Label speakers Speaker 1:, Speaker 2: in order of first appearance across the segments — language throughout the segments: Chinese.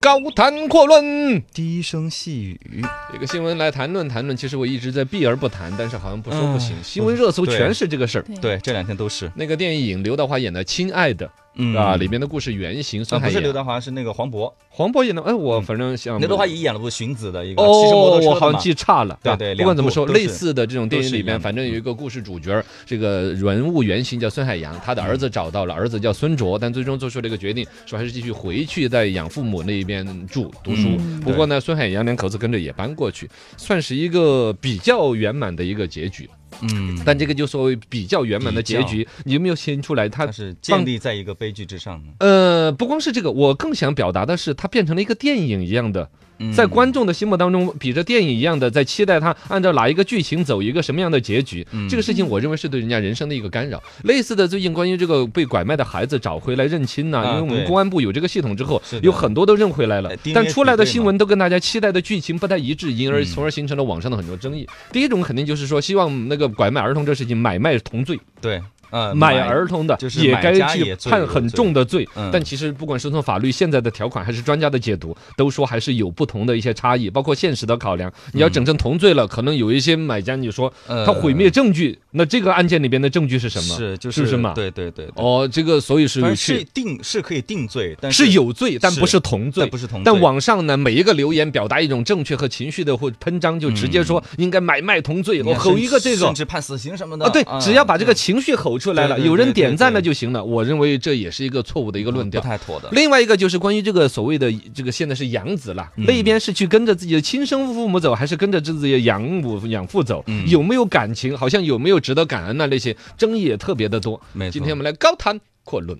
Speaker 1: 高谈阔论，
Speaker 2: 低声细语，
Speaker 1: 一个新闻来谈论谈论。其实我一直在避而不谈，但是好像不说不行。
Speaker 2: 嗯
Speaker 1: 新闻热搜全是这个事儿。
Speaker 2: 对，这两天都是，
Speaker 1: 那个电影刘德华演的《亲爱的》
Speaker 2: 嗯
Speaker 1: 啊，里面的故事原型
Speaker 2: 啊
Speaker 1: 孙
Speaker 2: 不
Speaker 1: 海
Speaker 2: 是
Speaker 1: 演
Speaker 2: 刘德华，是那个黄渤，
Speaker 1: 黄渤演的。哎，我反正想
Speaker 2: 刘德华也演了部荀子的一个骑着摩
Speaker 1: 哦
Speaker 2: 托，车
Speaker 1: 我
Speaker 2: 的
Speaker 1: 好
Speaker 2: 嘛
Speaker 1: 像记差了。
Speaker 2: 对
Speaker 1: 啊
Speaker 2: 对
Speaker 1: 不管怎么说，
Speaker 2: 两部都
Speaker 1: 类
Speaker 2: 是
Speaker 1: 似的这种电影里
Speaker 2: 都是一样
Speaker 1: 面，
Speaker 2: 的
Speaker 1: 反正有一个故事主角，这个人物原型叫孙海洋，他的儿子找到了，儿子叫孙卓，但最终做出了一个决定，说还是继续回去在养父母那边住读书。
Speaker 2: 嗯
Speaker 1: 不过呢，孙海洋两口子跟着也搬过去，算是一个比较圆满的一个结局。
Speaker 2: 嗯，
Speaker 1: 但这个就所谓比较圆满的
Speaker 2: 比
Speaker 1: 结
Speaker 2: 较
Speaker 1: 局，你有没有听出来他
Speaker 2: 他是建立在一个悲剧之上的，
Speaker 1: 呃，不光是这个，我更想表达的是，它变成了一个电影一样的，
Speaker 2: 嗯
Speaker 1: 在观众的心目当中，比着电影一样的，在期待它按照哪一个剧情走一个什么样的结局。
Speaker 2: 嗯
Speaker 1: 这个事情，我认为是对人家人生的一个干扰。类似的，最近关于这个被拐卖的孩子找回来认亲呐、
Speaker 2: 啊
Speaker 1: 因为我们
Speaker 2: 对
Speaker 1: 公安部有这个系统之后
Speaker 2: 是，的
Speaker 1: 有很多都认回来了
Speaker 2: 呃，，DNA
Speaker 1: 但出来的
Speaker 2: 比对嘛
Speaker 1: 新闻都跟大家期待的剧情不太一致，因而
Speaker 2: 嗯
Speaker 1: 从而形成了网上的很多争议。第一种肯定就是说，希望那个拐卖儿童这事情买卖同罪。
Speaker 2: 对，呃，
Speaker 1: 买儿童的
Speaker 2: 就是
Speaker 1: 也
Speaker 2: 买
Speaker 1: 该
Speaker 2: 家
Speaker 1: 去
Speaker 2: 也罪
Speaker 1: 判
Speaker 2: 有
Speaker 1: 很
Speaker 2: 罪
Speaker 1: 重的罪
Speaker 2: 嗯，
Speaker 1: 但其实不管是从法律现在的条款，还是专家的解读，都说还是有不同的一些差异，包括现实的考量。你要整成同罪了，可能有一些买家你说
Speaker 2: 嗯呃
Speaker 1: 他毁灭证据，那这个案件里边的证据是什么？
Speaker 2: 是就是
Speaker 1: 不是嘛？
Speaker 2: 对对对，对
Speaker 1: 哦，这个所以是
Speaker 2: 反正是
Speaker 1: 是
Speaker 2: 定是可以定罪，但
Speaker 1: 是有罪，但不
Speaker 2: 是
Speaker 1: 是同罪
Speaker 2: 但。不是同罪，
Speaker 1: 但网上呢，每一个留言表达一种正确和情绪的或喷张，就直接说应该买卖同罪，
Speaker 2: 嗯你
Speaker 1: 我
Speaker 2: 看
Speaker 1: 吼
Speaker 2: 甚
Speaker 1: 一个这个
Speaker 2: 甚，至判死刑什么的
Speaker 1: 啊，对，只要把这个情绪吼出来了，
Speaker 2: 对对对
Speaker 1: 有人点赞了
Speaker 2: 对对嗯
Speaker 1: 就行了。我认为这也是一个错误的一个论调
Speaker 2: 不。太妥的，
Speaker 1: 另外一个就是关于这个所谓的这个现在是养子
Speaker 2: 嗯
Speaker 1: 了，那一边是去跟着自己的亲生父母走，还是跟着自己的养母养父走？
Speaker 2: 嗯
Speaker 1: 有没有感情？好像有没有值得感恩呐？啊那些争议也特别的多。
Speaker 2: 没错
Speaker 1: 今天我们来高谈阔论，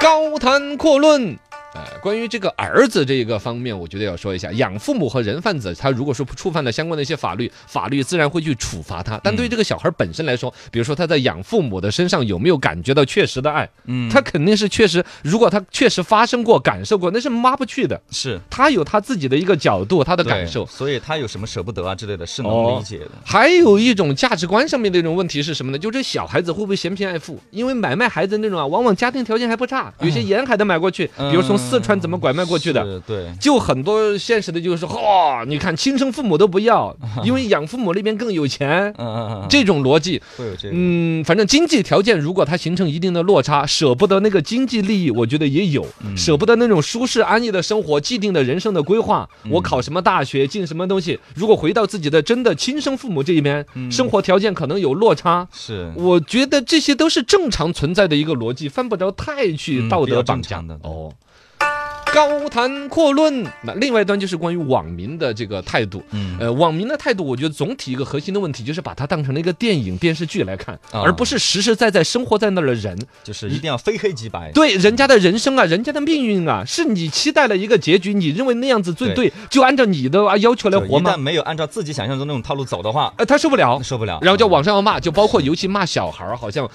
Speaker 1: 高谈阔论。哎，关于这个儿子这一个方面，我觉得要说一下，养父母和人贩子，他如果说触犯了相关的一些法律，法律自然会去处罚
Speaker 2: 嗯
Speaker 1: 他。但对于这个小孩本身来说，比如说他在养父母的身上有没有感觉到确实的爱，
Speaker 2: 嗯，
Speaker 1: 他肯定是确实，如果他确实发生过、感受过，那是抹不去的。
Speaker 2: 是
Speaker 1: 他有他自己的一个角度，他的感
Speaker 2: 对
Speaker 1: 受。
Speaker 2: 所以他有什么舍不得啊之类的，是
Speaker 1: 哦
Speaker 2: 能理解的，
Speaker 1: 还有一种价值观上面的一种问题是什么呢？就这小孩子会不会嫌贫爱富？因为买卖孩子那种啊，往往家庭条件还不差，有些沿海的买过去，比如从四川怎么拐卖过去的。
Speaker 2: 嗯是，对，
Speaker 1: 就很多现实的就是说，哦，你看亲生父母都不 要，因为养父母那边更有钱，
Speaker 2: 嗯嗯嗯嗯，
Speaker 1: 这种逻辑，
Speaker 2: 会有这个，
Speaker 1: 嗯，反正经济条件如果它形成一定的落差，舍不得那个经济利益，我觉得也有，
Speaker 2: 嗯
Speaker 1: 舍不得那种舒适安逸的生活，既定的人生的规划，
Speaker 2: 嗯
Speaker 1: 我考什么大学，进什么东西，如果回到自己的真的亲生父母这一边，
Speaker 2: 嗯
Speaker 1: 生活条件可能有落差。
Speaker 2: 是，
Speaker 1: 我觉得这些都是正常存在的一个逻辑，犯不着太去
Speaker 2: 嗯
Speaker 1: 道
Speaker 2: 比
Speaker 1: 德
Speaker 2: 较正
Speaker 1: 绑架
Speaker 2: 常的对
Speaker 1: 哦。高谈阔论，那另外一端就是关于网民的这个态度。
Speaker 2: 嗯
Speaker 1: 呃，网民的态度，我觉得总体一个核心的问题就是把它当成了一个电影电视剧来看，
Speaker 2: 啊
Speaker 1: 而不是实实在在生活在那儿的人。
Speaker 2: 就是一定要非黑即白。
Speaker 1: 嗯对人家的人生啊，人家的命运啊，是你期待了一个结局，你认为那样子最对，
Speaker 2: 对
Speaker 1: 就按照你的啊要求来
Speaker 2: 就一
Speaker 1: 活
Speaker 2: 旦
Speaker 1: 吗？
Speaker 2: 没有按照自己想象中那种套路走的话，
Speaker 1: 呃，他受不了
Speaker 2: 那。受不了。
Speaker 1: 然后在网上要骂，就包括尤其骂小孩儿，好像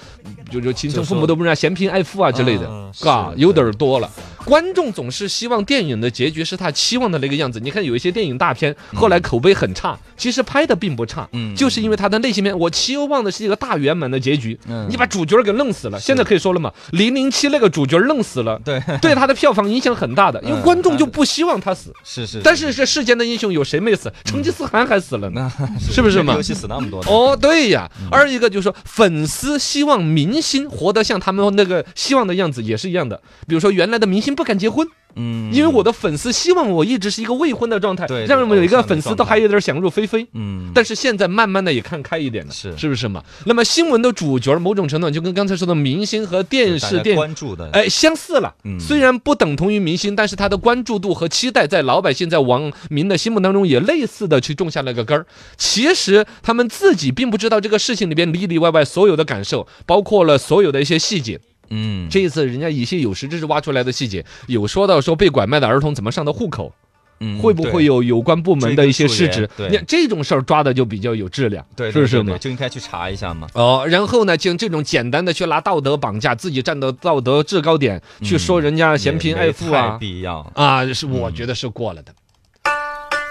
Speaker 1: 就就亲生父母都不让嫌贫爱富啊之类的
Speaker 2: 嗯，
Speaker 1: 嘎，
Speaker 2: 是
Speaker 1: 有点儿多了。观众总是希望电影的结局是他期望的那个样子。你看有一些电影大片后来口碑很差，其实拍的并不差，
Speaker 2: 嗯
Speaker 1: 就是因为他的内心片，我期望的是一个大圆满的结局。
Speaker 2: 嗯
Speaker 1: 你把主角给弄死了，现在可以说了嘛，零零七那个主角弄死了，
Speaker 2: 对，
Speaker 1: 对他的票房影响很大的，因为
Speaker 2: 嗯
Speaker 1: 观众就不希望他死。
Speaker 2: 是是，
Speaker 1: 但是这世间的英雄有谁没死？成吉思汗还死了呢。
Speaker 2: 那
Speaker 1: 是不是嘛
Speaker 2: 游戏死那么多的，
Speaker 1: 哦，对呀，二一个就是说，粉丝希望明星活得像他们那个希望的样子，也是一样的。比如说，原来的明星不敢结婚，
Speaker 2: 嗯，
Speaker 1: 因为我的粉丝希望我一直是一个未婚的状态，
Speaker 2: 对对
Speaker 1: 让我们有一
Speaker 2: 偶
Speaker 1: 个
Speaker 2: 像的
Speaker 1: 粉丝
Speaker 2: 状
Speaker 1: 都
Speaker 2: 态
Speaker 1: 还有点想入非非。
Speaker 2: 嗯，
Speaker 1: 但是现在慢慢的也看开一点了，
Speaker 2: 是
Speaker 1: 是不是嘛？那么新闻的主角某种程度就跟刚才说的明星和电
Speaker 2: 大
Speaker 1: 视
Speaker 2: 家
Speaker 1: 电
Speaker 2: 关注的，
Speaker 1: 哎，相似了。
Speaker 2: 嗯
Speaker 1: 虽然不等同于明星，但是他的关注度和期待在老百姓、在网民的心目当中也类似的去种下了个根儿。其实他们自己并不知道这个事情里边里里外外所有的感受，包括了所有的一些细节。
Speaker 2: 嗯，
Speaker 1: 这一次人家一些有识之士挖出来的细节，有说到说被拐卖的儿童怎么上的户口，
Speaker 2: 嗯
Speaker 1: 会不会有有关部门的一些失职
Speaker 2: 追根溯？源对
Speaker 1: 你看这种事儿抓的就比较有质量，
Speaker 2: 对？对，
Speaker 1: 是不是
Speaker 2: 对对
Speaker 1: 嘛？
Speaker 2: 就应该去查一下嘛。
Speaker 1: 哦，然后呢，就这种简单的去拿道德绑架自己站的道德制高点，去说人家嫌贫
Speaker 2: 也
Speaker 1: 爱
Speaker 2: 没
Speaker 1: 富
Speaker 2: 太嗯
Speaker 1: 啊
Speaker 2: 必要。
Speaker 1: 啊，是我觉得是过了的。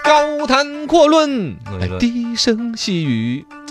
Speaker 1: 高谈阔论，
Speaker 2: 我觉
Speaker 1: 哎
Speaker 2: 得
Speaker 1: 低声细语。啊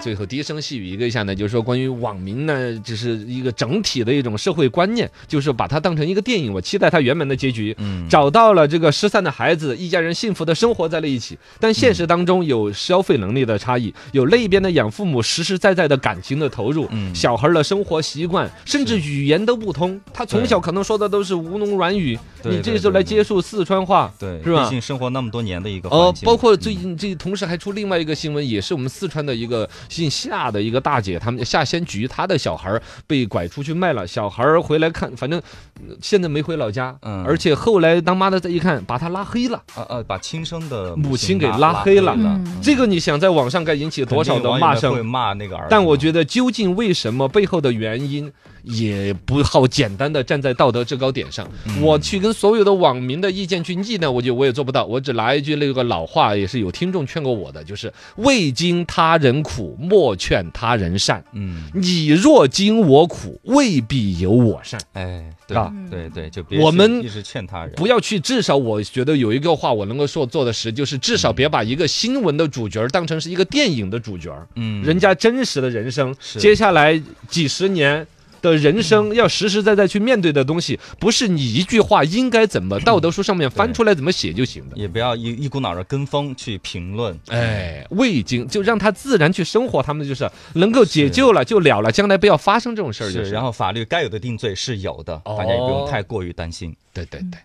Speaker 1: 最后低声细语一个一下呢，就是说关于网民呢，就是一个整体的一种社会观念，就是把它当成一个电影，我期待它原本的结局。
Speaker 2: 嗯，
Speaker 1: 找到了这个失散的孩子，一家人幸福的生活在了一起。但现实当中有消费能力的差异，有那边的养父母实实在在的感情的投入，
Speaker 2: 嗯
Speaker 1: 小孩儿的生活习惯，甚至语言都不通。他从小可能说的都是吴侬软语，
Speaker 2: 对
Speaker 1: 你
Speaker 2: 对
Speaker 1: 这时候
Speaker 2: 对
Speaker 1: 来接触四川话，
Speaker 2: 对，
Speaker 1: 是吧
Speaker 2: 毕竟生活那么多年的一个
Speaker 1: 哦
Speaker 2: 环，境嗯
Speaker 1: 包括最近这同时还出另外一个新闻，也是我们四川的一个姓夏的一个大姐，他们夏仙菊，她的小孩儿被拐出去卖了，小孩儿回来看，反正呃现在没回老家，
Speaker 2: 嗯
Speaker 1: 而且后来当妈的再一看，把她拉黑了。
Speaker 2: 呃呃，把亲生的
Speaker 1: 母亲给
Speaker 2: 拉
Speaker 1: 拉黑了
Speaker 2: 嗯
Speaker 1: 这个你想在网上该引起多少
Speaker 2: 肯定
Speaker 1: 的
Speaker 2: 网友
Speaker 1: 骂
Speaker 2: 会
Speaker 1: 声？
Speaker 2: 骂那个儿子嘛，
Speaker 1: 但我觉得究竟为什么背后的原因，也不好简单的站在道德制高点上。我去跟所有的网民的意见去逆呢，我就我也做不到。我只拿一句那个老话，也是有听众劝过我的，就是未经他人苦，莫劝他人善。
Speaker 2: 嗯，
Speaker 1: 你若经我苦，未必有我善。
Speaker 2: 哎，
Speaker 1: 是吧
Speaker 2: 对对对，就别
Speaker 1: 啊我
Speaker 2: 去
Speaker 1: 们
Speaker 2: 一直劝他人，
Speaker 1: 不要去，至少我觉得有一个话我能够说做的实，就是至少别把一个新闻的主角儿当成是一个电影的主角儿。
Speaker 2: 嗯，
Speaker 1: 人家真实的人生，
Speaker 2: 是
Speaker 1: 接下来几十年的人生要实实在在去面对的东西，嗯不是你一句话应该怎么道德书上面翻出来怎么写就行的。
Speaker 2: 也不要一一股脑的跟风去评论，，
Speaker 1: 哎，未经就让他自然去生活，他们就是能够解救了就了了，将来不要发生这种事儿就是哦是。
Speaker 2: 然后法律该有的定罪是有的，大家也不用太过于担心。
Speaker 1: 对对对。